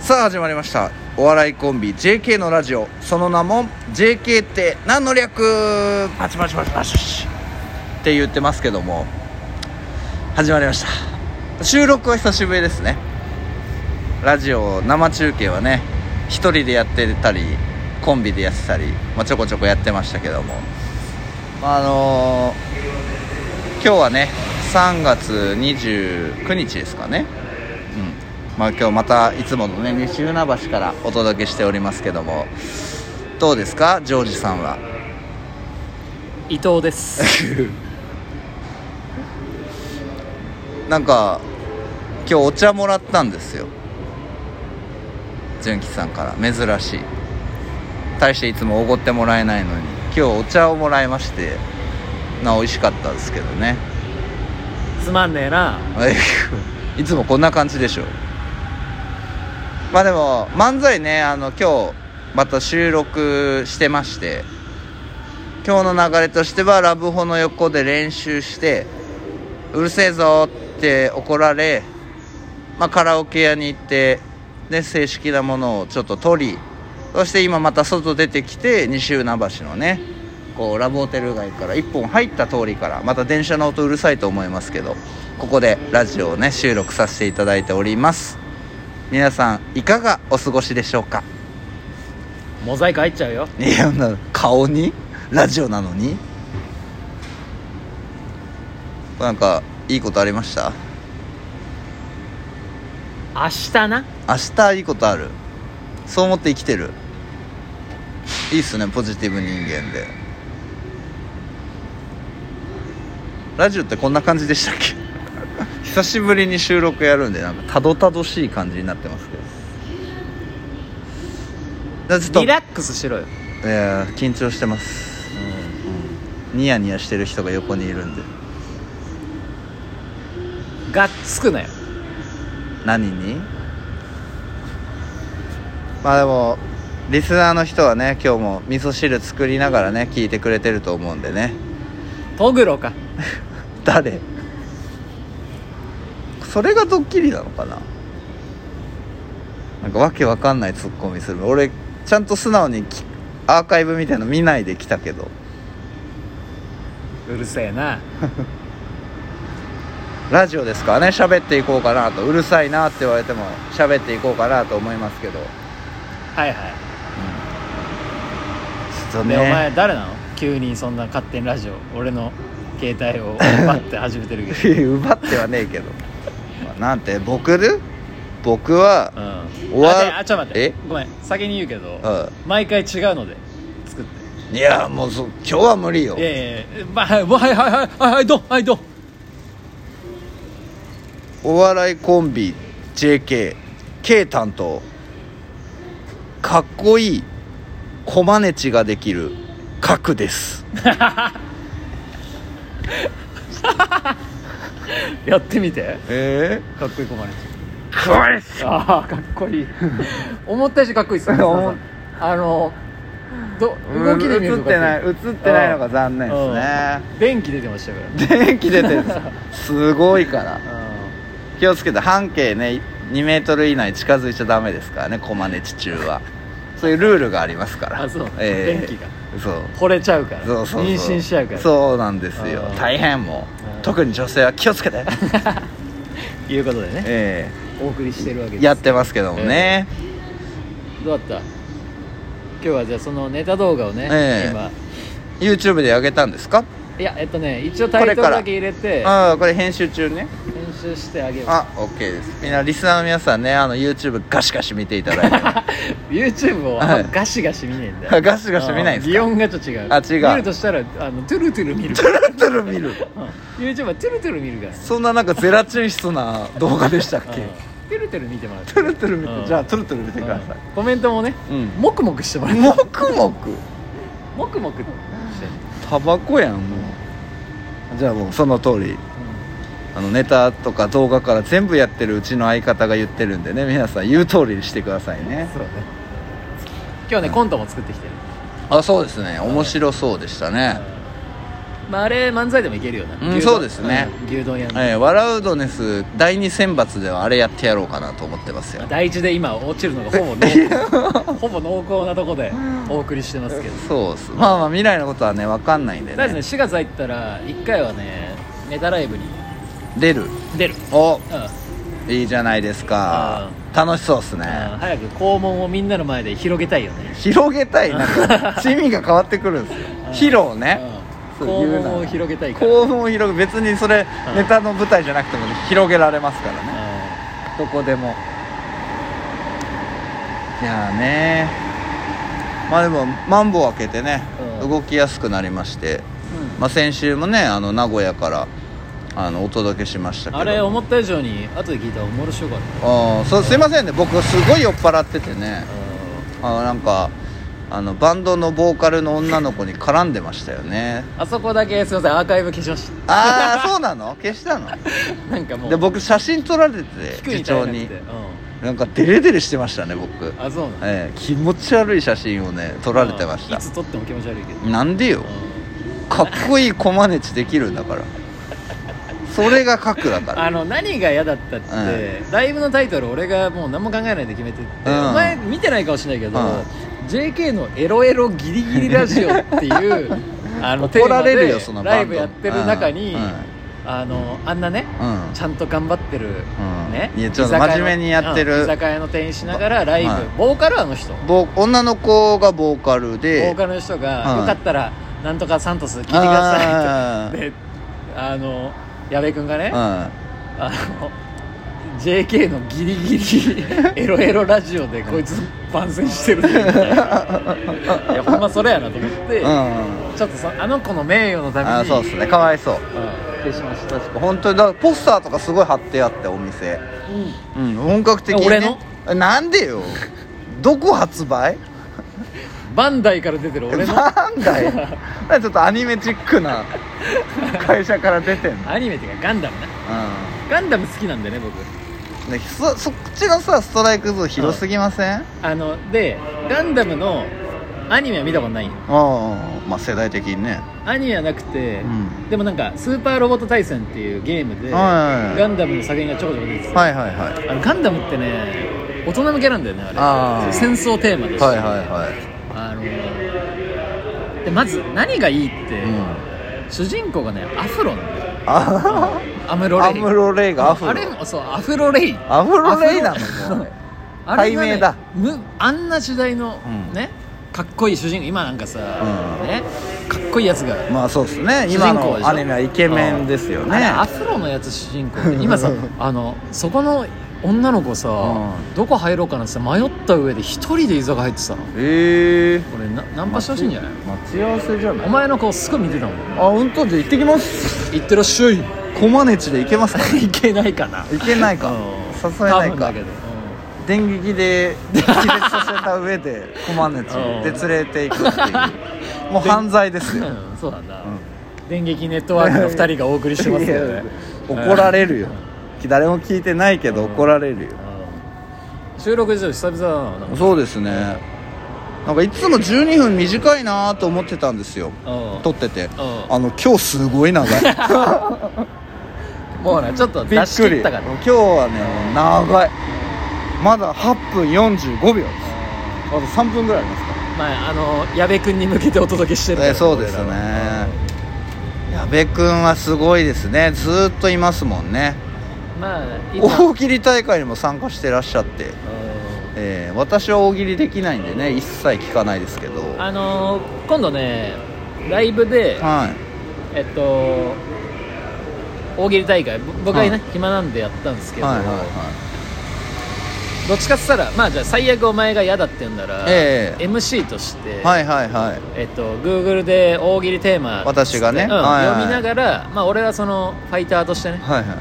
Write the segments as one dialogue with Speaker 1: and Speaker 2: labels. Speaker 1: さあ始まりましたお笑いコンビ JK のラジオその名も JK って何の略パチパチパチパチパチって言ってますけども始まりました収録は久しぶりですねラジオ生中継はね一人でやってたりコンビでやってたり、まあ、ちょこちょこやってましたけども、まあ、あのー今日はね3月29日ですかねうんまあ、今日またいつものね西船橋からお届けしておりますけどもどうですかジョージさんは
Speaker 2: 伊藤です
Speaker 1: なんか今日お茶もらったんですよ純喜さんから珍しい大していつもおごってもらえないのに今日お茶をもらいましてな美味しかったですけどね
Speaker 2: つまんねえな い
Speaker 1: つもこんな感じでしょまあでも漫才ねあの今日また収録してまして今日の流れとしてはラブホの横で練習してうるせえぞって怒られ、まあ、カラオケ屋に行って、ね、正式なものをちょっと取りそして今また外出てきて西船橋のねこうラブホテル街から1本入った通りからまた電車の音うるさいと思いますけどここでラジオをね収録させていただいております皆さんいかがお過ごしでしょうか
Speaker 2: モザイク入っちゃうよ
Speaker 1: いやな顔にラジオなのになんかいいことありました
Speaker 2: 明日な
Speaker 1: 明日いいことあるそう思って生きてるいいっすねポジティブ人間でラジオってこんな感じでしたっけ 久しぶりに収録やるんでなんかたどたどしい感じになってますけどだからちょっと
Speaker 2: リラックスしろよ
Speaker 1: いやー緊張してます、ニヤニヤしてる人が横にいるんで
Speaker 2: がっつくなよ
Speaker 1: 何にまあでもリスナーの人はね今日も味噌汁作りながらね聞いてくれてると思うんでね
Speaker 2: トグロか
Speaker 1: 誰それがドッキリなのかななんかわけわかんないツッコミする俺ちゃんと素直にきアーカイブみたいの見ないで来たけど
Speaker 2: うるせえな
Speaker 1: ラジオですからね喋っていこうかなとうるさいなって言われても喋っていこうかなと思いますけど
Speaker 2: はいはい、
Speaker 1: ちょっと
Speaker 2: で
Speaker 1: ね
Speaker 2: お前誰なの急にそんな勝手にラジオ俺の携帯を奪って始めてるけ
Speaker 1: 奪ってはねえけどまあなんて僕で僕は
Speaker 2: どうん
Speaker 1: 終わ
Speaker 2: あじゃああちょっと待って
Speaker 1: え
Speaker 2: ごめん先に言うけど、
Speaker 1: う
Speaker 2: 毎回違うので作って
Speaker 1: んいやもうそ今日は無理よ
Speaker 2: いやいやいやまあはいはいはいはいはいはいどうはいどう
Speaker 1: お笑いコンビ JKK 担当かっこいいコマネチができる角です
Speaker 2: やってみて
Speaker 1: え
Speaker 2: かっこいいコマネチ
Speaker 1: えこれす
Speaker 2: ああかっこいい 思った以上かっこいいっす ね
Speaker 1: 思っ
Speaker 2: あのど動きで見る
Speaker 1: 映っ
Speaker 2: と
Speaker 1: てない
Speaker 2: か
Speaker 1: 映
Speaker 2: っこ
Speaker 1: ってないのが残念ですね
Speaker 2: うん電気出てましたか ら
Speaker 1: 電気出てるんですすごいから
Speaker 2: う
Speaker 1: 気をつけて半径ね2メートル以内近づいちゃダメですからねコマネチ中はそういうルールがありますから
Speaker 2: あそう
Speaker 1: ええ
Speaker 2: 電気が
Speaker 1: そう
Speaker 2: ん惚れちゃうから
Speaker 1: そうそうそう
Speaker 2: 妊娠しちゃうから
Speaker 1: そうなんですよ
Speaker 2: あー
Speaker 1: 大変も
Speaker 2: あ
Speaker 1: う
Speaker 2: ー
Speaker 1: 特に女性は気をつけ て
Speaker 2: いうことでね
Speaker 1: え
Speaker 2: お送りしてるわけ
Speaker 1: え
Speaker 2: です
Speaker 1: やってますけどもね、
Speaker 2: どうだった今日はじゃあそのネタ動画をね、
Speaker 1: ええ
Speaker 2: 今
Speaker 1: YouTube で上げたんですか
Speaker 2: いやえっとね一応タイトルだけ入れて編
Speaker 1: ああこれ編集中ね
Speaker 2: 集してあげよう
Speaker 1: あ OK ですみんなリスナーの皆さんねあの YouTube ガシガシ見ていた だいて
Speaker 2: YouTube を
Speaker 1: はい
Speaker 2: ガシガシ見ねえんだ
Speaker 1: あ
Speaker 2: よ
Speaker 1: ガシガシ見ないんですか
Speaker 2: 擬音がちょっと違う
Speaker 1: あ違う
Speaker 2: 見るとしたらあのトゥルトゥル見る
Speaker 1: トゥルトゥル見る
Speaker 2: うん YouTube はトゥルトゥル見るから
Speaker 1: そんななんかゼラチン質な動画でしたっけ
Speaker 2: うんトゥルトゥル見てもらって
Speaker 1: トゥルトゥル見て、
Speaker 2: うん
Speaker 1: じゃあトゥルトゥル見てください、
Speaker 2: うんコメントもね
Speaker 1: うん
Speaker 2: もくもくしてもらって
Speaker 1: もくもく
Speaker 2: もくもくして
Speaker 1: タバコやんもうじゃあもうその通りあのネタとか動画から全部やってるうちの相方が言ってるんでね皆さん言う通りにしてくださいね
Speaker 2: そうね今日ねコントも作ってきてる
Speaker 1: あそうですね面白そうでしたね
Speaker 2: まあ、あれ漫才でもいけるよな、
Speaker 1: うん
Speaker 2: 牛丼
Speaker 1: そうですね
Speaker 2: うん牛丼屋の、
Speaker 1: えー、笑うドネス第2選抜ではあれやってやろうかなと思ってますよ
Speaker 2: 第一で今落ちるのがほぼ濃厚ほぼ濃厚なとこでお送りしてますけど
Speaker 1: そうっすまあまあ未来のことはね分かんないんで
Speaker 2: とりあえずね
Speaker 1: ね
Speaker 2: 4月入ったら1回はねネタライブに
Speaker 1: 出る
Speaker 2: 出る
Speaker 1: お
Speaker 2: うん、うん
Speaker 1: いいじゃないですか楽しそうっすね
Speaker 2: 早く肛門をみんなの前で広げたいよね、
Speaker 1: 広げたいなん か趣味が変わってくるんですよ披露ね
Speaker 2: う
Speaker 1: そ
Speaker 2: ん、
Speaker 1: う
Speaker 2: 肛
Speaker 1: 言うなら
Speaker 2: 門を広げたいから、うん、
Speaker 1: 興奮を広げ別にそれ
Speaker 2: うん
Speaker 1: ネタの舞台じゃなくても広げられますからねどこでもいやーねまあでもマンボウ開けてね
Speaker 2: うん
Speaker 1: 動きやすくなりましてまあ、先週もねあの名古屋からあのお届けしましたけど
Speaker 2: あれ思った以上に後で聞いたらおもろしよかっ
Speaker 1: あーそうすいませんね僕すごい酔っ払っててね
Speaker 2: たうん
Speaker 1: あーなんかあのバンドのボーカルの女の子に絡んでましたよね
Speaker 2: あそこだけすいませんアーカイブ消しまし
Speaker 1: ああそうなの消したの
Speaker 2: た なんかもう
Speaker 1: で僕写真撮られて
Speaker 2: 低
Speaker 1: て自
Speaker 2: いみた
Speaker 1: 長
Speaker 2: いにな
Speaker 1: に
Speaker 2: ってて、
Speaker 1: なんかデレデレしてましたね僕
Speaker 2: うん、あそうなん
Speaker 1: ええ気持ち悪い写真をね撮られてまし
Speaker 2: うんい
Speaker 1: た
Speaker 2: つ撮っても気持ち悪いけど、うん
Speaker 1: なんでよかっこいいコマネチできるんだからそれが核だから
Speaker 2: あの何が嫌だったって、ライブのタイトル俺がもう何も考えないで決めてって、
Speaker 1: うん
Speaker 2: お前見てないかもしれないけど、
Speaker 1: うん
Speaker 2: JK の「エロエロギリギリラジオ」っていう あのテ
Speaker 1: 怒
Speaker 2: ー
Speaker 1: ら
Speaker 2: マ
Speaker 1: れる
Speaker 2: で
Speaker 1: よそのバンド
Speaker 2: ライブやってる中に、
Speaker 1: うんうん
Speaker 2: あのあんなね
Speaker 1: うん
Speaker 2: ちゃんと頑張ってる、
Speaker 1: ん
Speaker 2: ね
Speaker 1: いやちょっと
Speaker 2: 居酒屋
Speaker 1: 真
Speaker 2: の
Speaker 1: 面目にやってる
Speaker 2: うん居酒屋の店員しながらライブ、
Speaker 1: はい
Speaker 2: ボーカルはあの人
Speaker 1: ボ
Speaker 2: ボ
Speaker 1: ー女の子がボーカルで
Speaker 2: ーカルの人が、
Speaker 1: はい
Speaker 2: よかったらなんとかサントス聞いてくださいと
Speaker 1: あー
Speaker 2: であの矢部君がね、
Speaker 1: うん
Speaker 2: あの JK のギリギリエロエロラジオでこいつ番宣して るねみたいないやほんまそれやなと思って、
Speaker 1: うん
Speaker 2: ちょっとそあの子の名誉のために
Speaker 1: あーそうっすねかわいそう
Speaker 2: うん消しました、
Speaker 1: 本当にだからポスターとかすごい貼ってあってお店うん本格的に、ね、
Speaker 2: 俺の
Speaker 1: えなんでよどこ発売
Speaker 2: バンダイから出てる俺の
Speaker 1: なんだよなんかちょっとアニメチックな会社から出てんの
Speaker 2: アニメっていうかガンダムな
Speaker 1: う
Speaker 2: ガンダム好きなんだよね僕
Speaker 1: んでそそっちのさストライクゾーン広すぎません
Speaker 2: あのでガンダムのアニメは見たことないよ
Speaker 1: ああまあ世代的にね
Speaker 2: アニメはなくて、
Speaker 1: うん
Speaker 2: でもなんか「スーパーロボット対戦」っていうゲームで、
Speaker 1: はいはいはい
Speaker 2: ガンダムの作品がちょこちょこ出てて、
Speaker 1: はいはいはい
Speaker 2: あのガンダムってね大人向けなんだよねあ
Speaker 1: あ
Speaker 2: れ
Speaker 1: ー
Speaker 2: 戦争テーマでして
Speaker 1: はいはいはい
Speaker 2: あのでまず何がいいって、
Speaker 1: うん
Speaker 2: 主人公がねアフロなんだよ
Speaker 1: あ
Speaker 2: アムロレイ
Speaker 1: アムロレイがアフロ
Speaker 2: あれもそうアフロレイ
Speaker 1: アフロレイなのもう
Speaker 2: あれがね
Speaker 1: 解明だ
Speaker 2: むあんな時代の、
Speaker 1: うん
Speaker 2: ねかっこいい主人公今なんかさ、
Speaker 1: うん
Speaker 2: ねかっこいいやつが
Speaker 1: まあそうですね
Speaker 2: 主人
Speaker 1: 今
Speaker 2: 公でし
Speaker 1: の
Speaker 2: ょ
Speaker 1: アニメはイケメンですよ
Speaker 2: あれ
Speaker 1: ね
Speaker 2: アフロのやつ主人公で今さあのそこの女の子さ、
Speaker 1: うん
Speaker 2: どこ入ろうかなってさ迷った上で一人で居酒屋入ってさ
Speaker 1: ええ
Speaker 2: 俺なナンパしてほしいんじゃない
Speaker 1: 待ち合わせじゃな
Speaker 2: お前の顔すごい見てたもん
Speaker 1: あ本当で行ってきます
Speaker 2: 行ってらっしゃい
Speaker 1: コマネチで行けますか
Speaker 2: いけないかな
Speaker 1: 行けないか
Speaker 2: うん
Speaker 1: 誘えない
Speaker 2: 多分
Speaker 1: か
Speaker 2: だけど、
Speaker 1: 電撃で気絶させた上でコマネチ で連れていくっていうもう犯罪ですよ
Speaker 2: うん、そうだな、電撃ネットワークの2人がお送りしてますけど
Speaker 1: い
Speaker 2: ね
Speaker 1: や怒られるよ誰も聞いてないけど怒られるよ
Speaker 2: うん収録時久々だななんか
Speaker 1: そうですねなんかいつも12分短いなと思ってたんですよ
Speaker 2: うん
Speaker 1: 撮ってて
Speaker 2: ん
Speaker 1: あの今日すごい長 い
Speaker 2: もうねちょっと
Speaker 1: び
Speaker 2: 出
Speaker 1: っ
Speaker 2: し
Speaker 1: く
Speaker 2: 切っ
Speaker 1: り
Speaker 2: たから
Speaker 1: 今日はね長いまだ8分45秒ですあと3分ぐらいありますか
Speaker 2: まああの矢部君に向けてお届けしてるから
Speaker 1: えーそうですね
Speaker 2: 俺らは
Speaker 1: 矢部君はすごいですねずーっといますもんね
Speaker 2: うんまあいつも
Speaker 1: 大喜利大会にも参加してらっしゃって、えー私は大喜利できないんでね一切聞かないですけど
Speaker 2: あの今度ねライブで
Speaker 1: はい
Speaker 2: えっと大喜利大会ぼ僕はね、
Speaker 1: はい
Speaker 2: 暇なんでやったんですけど、
Speaker 1: はいはいはい
Speaker 2: どっちかっつったらまあじゃあ最悪お前が嫌だって言うんなら、
Speaker 1: ええ
Speaker 2: MC として、
Speaker 1: はいはいはい
Speaker 2: えっと、Google で大喜利テーマっつって
Speaker 1: 私がね
Speaker 2: うん
Speaker 1: はいはい
Speaker 2: 読みながら、まあ、俺はそのファイターとしてね
Speaker 1: はいはい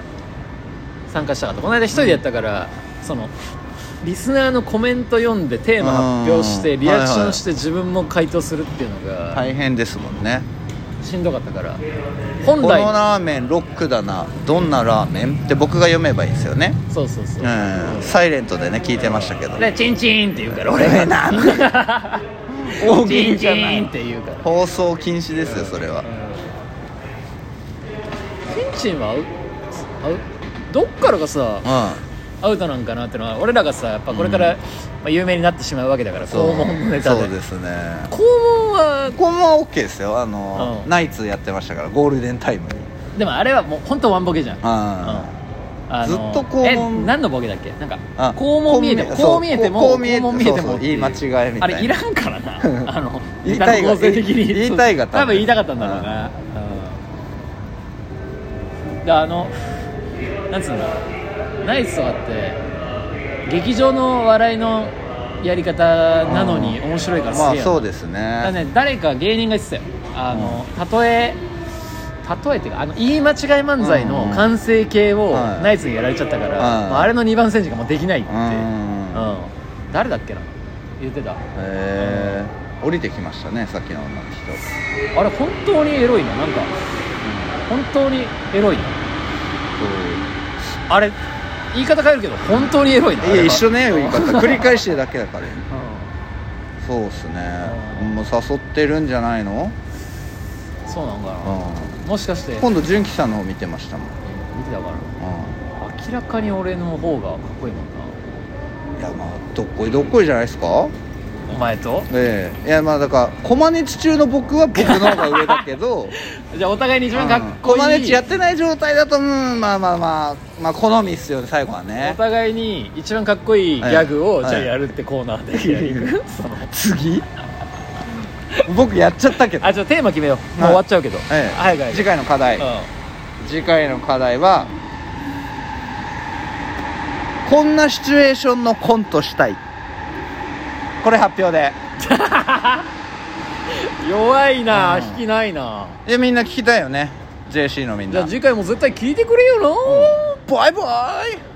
Speaker 2: 参加したかったこの間一人でやったから、そのリスナーのコメント読んでテーマ発表して
Speaker 1: うん
Speaker 2: リアクシ
Speaker 1: はい
Speaker 2: ョ
Speaker 1: は
Speaker 2: ン
Speaker 1: い
Speaker 2: して自分も回答するっていうのが
Speaker 1: 大変ですもんね
Speaker 2: しんどかったから、本
Speaker 1: この
Speaker 2: 来
Speaker 1: ラーメンロックだなどんなラーメンって僕が読めばいいんですよね
Speaker 2: そうそうそう、
Speaker 1: うんサイレントでね聞いてましたけど
Speaker 2: でチンチンって言うから俺
Speaker 1: 俺 なんで大喜
Speaker 2: チン
Speaker 1: 利じゃな
Speaker 2: チンっ
Speaker 1: い
Speaker 2: て言うから
Speaker 1: 放送禁止ですよそれは
Speaker 2: チンは合う合うどっからがさアウトなんかなってのは俺らがさやっぱこれから、
Speaker 1: うん
Speaker 2: まあ、有名になってしまうわけだから
Speaker 1: そう
Speaker 2: 肛門のネタで
Speaker 1: そうですね
Speaker 2: 肛門は
Speaker 1: 肛門は OK ですよあの、
Speaker 2: うん
Speaker 1: ナイツやってましたからゴールデンタイムに
Speaker 2: でもあれはもう本当ワンボケじゃん、
Speaker 1: あ
Speaker 2: あの
Speaker 1: ずっと肛門
Speaker 2: え何のボケだっけなんか
Speaker 1: あ
Speaker 2: 肛門見えても
Speaker 1: そう
Speaker 2: こう見えても
Speaker 1: こう見えて
Speaker 2: 肛門見えてもって
Speaker 1: そ
Speaker 2: う
Speaker 1: うそう言い間違えみたいな
Speaker 2: あれいらんから なあの
Speaker 1: 言いたいが
Speaker 2: 構成的に
Speaker 1: 言い言いたいが
Speaker 2: そう多分言いたかったんだろうな、うんであのなんつうんだナイツとかって劇場の笑いのやり方なのに
Speaker 1: う
Speaker 2: 面白いからすげえ
Speaker 1: ま
Speaker 2: よ
Speaker 1: あ
Speaker 2: な
Speaker 1: そうです
Speaker 2: だからね誰か芸人が言ってたよあの、例え例えっていうかあの言い間違い漫才
Speaker 1: うん
Speaker 2: の
Speaker 1: うん
Speaker 2: 完成形を
Speaker 1: はい
Speaker 2: ナイツにやられちゃったから、
Speaker 1: はい
Speaker 2: もうあれの2番戦時がもうできないって、
Speaker 1: う
Speaker 2: うんん誰だっけな言ってた
Speaker 1: えー、降りてきましたねさっきの女の人
Speaker 2: あれ本当にエロいななんか本当にエロいなあれ言い方変えるけど本当にエロいなあ
Speaker 1: い
Speaker 2: れ
Speaker 1: や
Speaker 2: は
Speaker 1: 一緒ね
Speaker 2: うん
Speaker 1: 言い方繰り返してるだけだから
Speaker 2: うん
Speaker 1: そうっすね
Speaker 2: うん
Speaker 1: もう誘ってるんじゃないの、
Speaker 2: そうなんか
Speaker 1: う
Speaker 2: な、
Speaker 1: ん、
Speaker 2: もしかして見て
Speaker 1: 今度純喜さんの方見てましたもん、
Speaker 2: たから
Speaker 1: う、
Speaker 2: 明らかに俺の方がかっこいいもんな
Speaker 1: い
Speaker 2: ん
Speaker 1: やまあどっこいどっこいじゃないですか
Speaker 2: お前と
Speaker 1: ええいやまあだからコマネチ中の僕は僕の方が上だけど
Speaker 2: じゃあお互いに一番かっこ
Speaker 1: コ
Speaker 2: いい、
Speaker 1: マネチやってない状態だとうんまあまあまあまあ好みっすよね最後はね
Speaker 2: お互いに一番かっこいいギャグを、
Speaker 1: はい
Speaker 2: じゃあやるってコーナーでやりに行くその
Speaker 1: 次僕やっちゃったけ ど、
Speaker 2: あじゃあテーマ決めようもう
Speaker 1: はい
Speaker 2: 終わっちゃうけど、
Speaker 1: ええ
Speaker 2: 早く早く
Speaker 1: 次回の課題、次回の課題はこんなシチュエーションのコントしたいこれ発表で
Speaker 2: うん弱いな、
Speaker 1: うん
Speaker 2: 引きないな
Speaker 1: でみんな聞きたいよね JC のみん
Speaker 2: じゃ
Speaker 1: な
Speaker 2: あ次回も絶対聞いてくれよな、
Speaker 1: バイバイ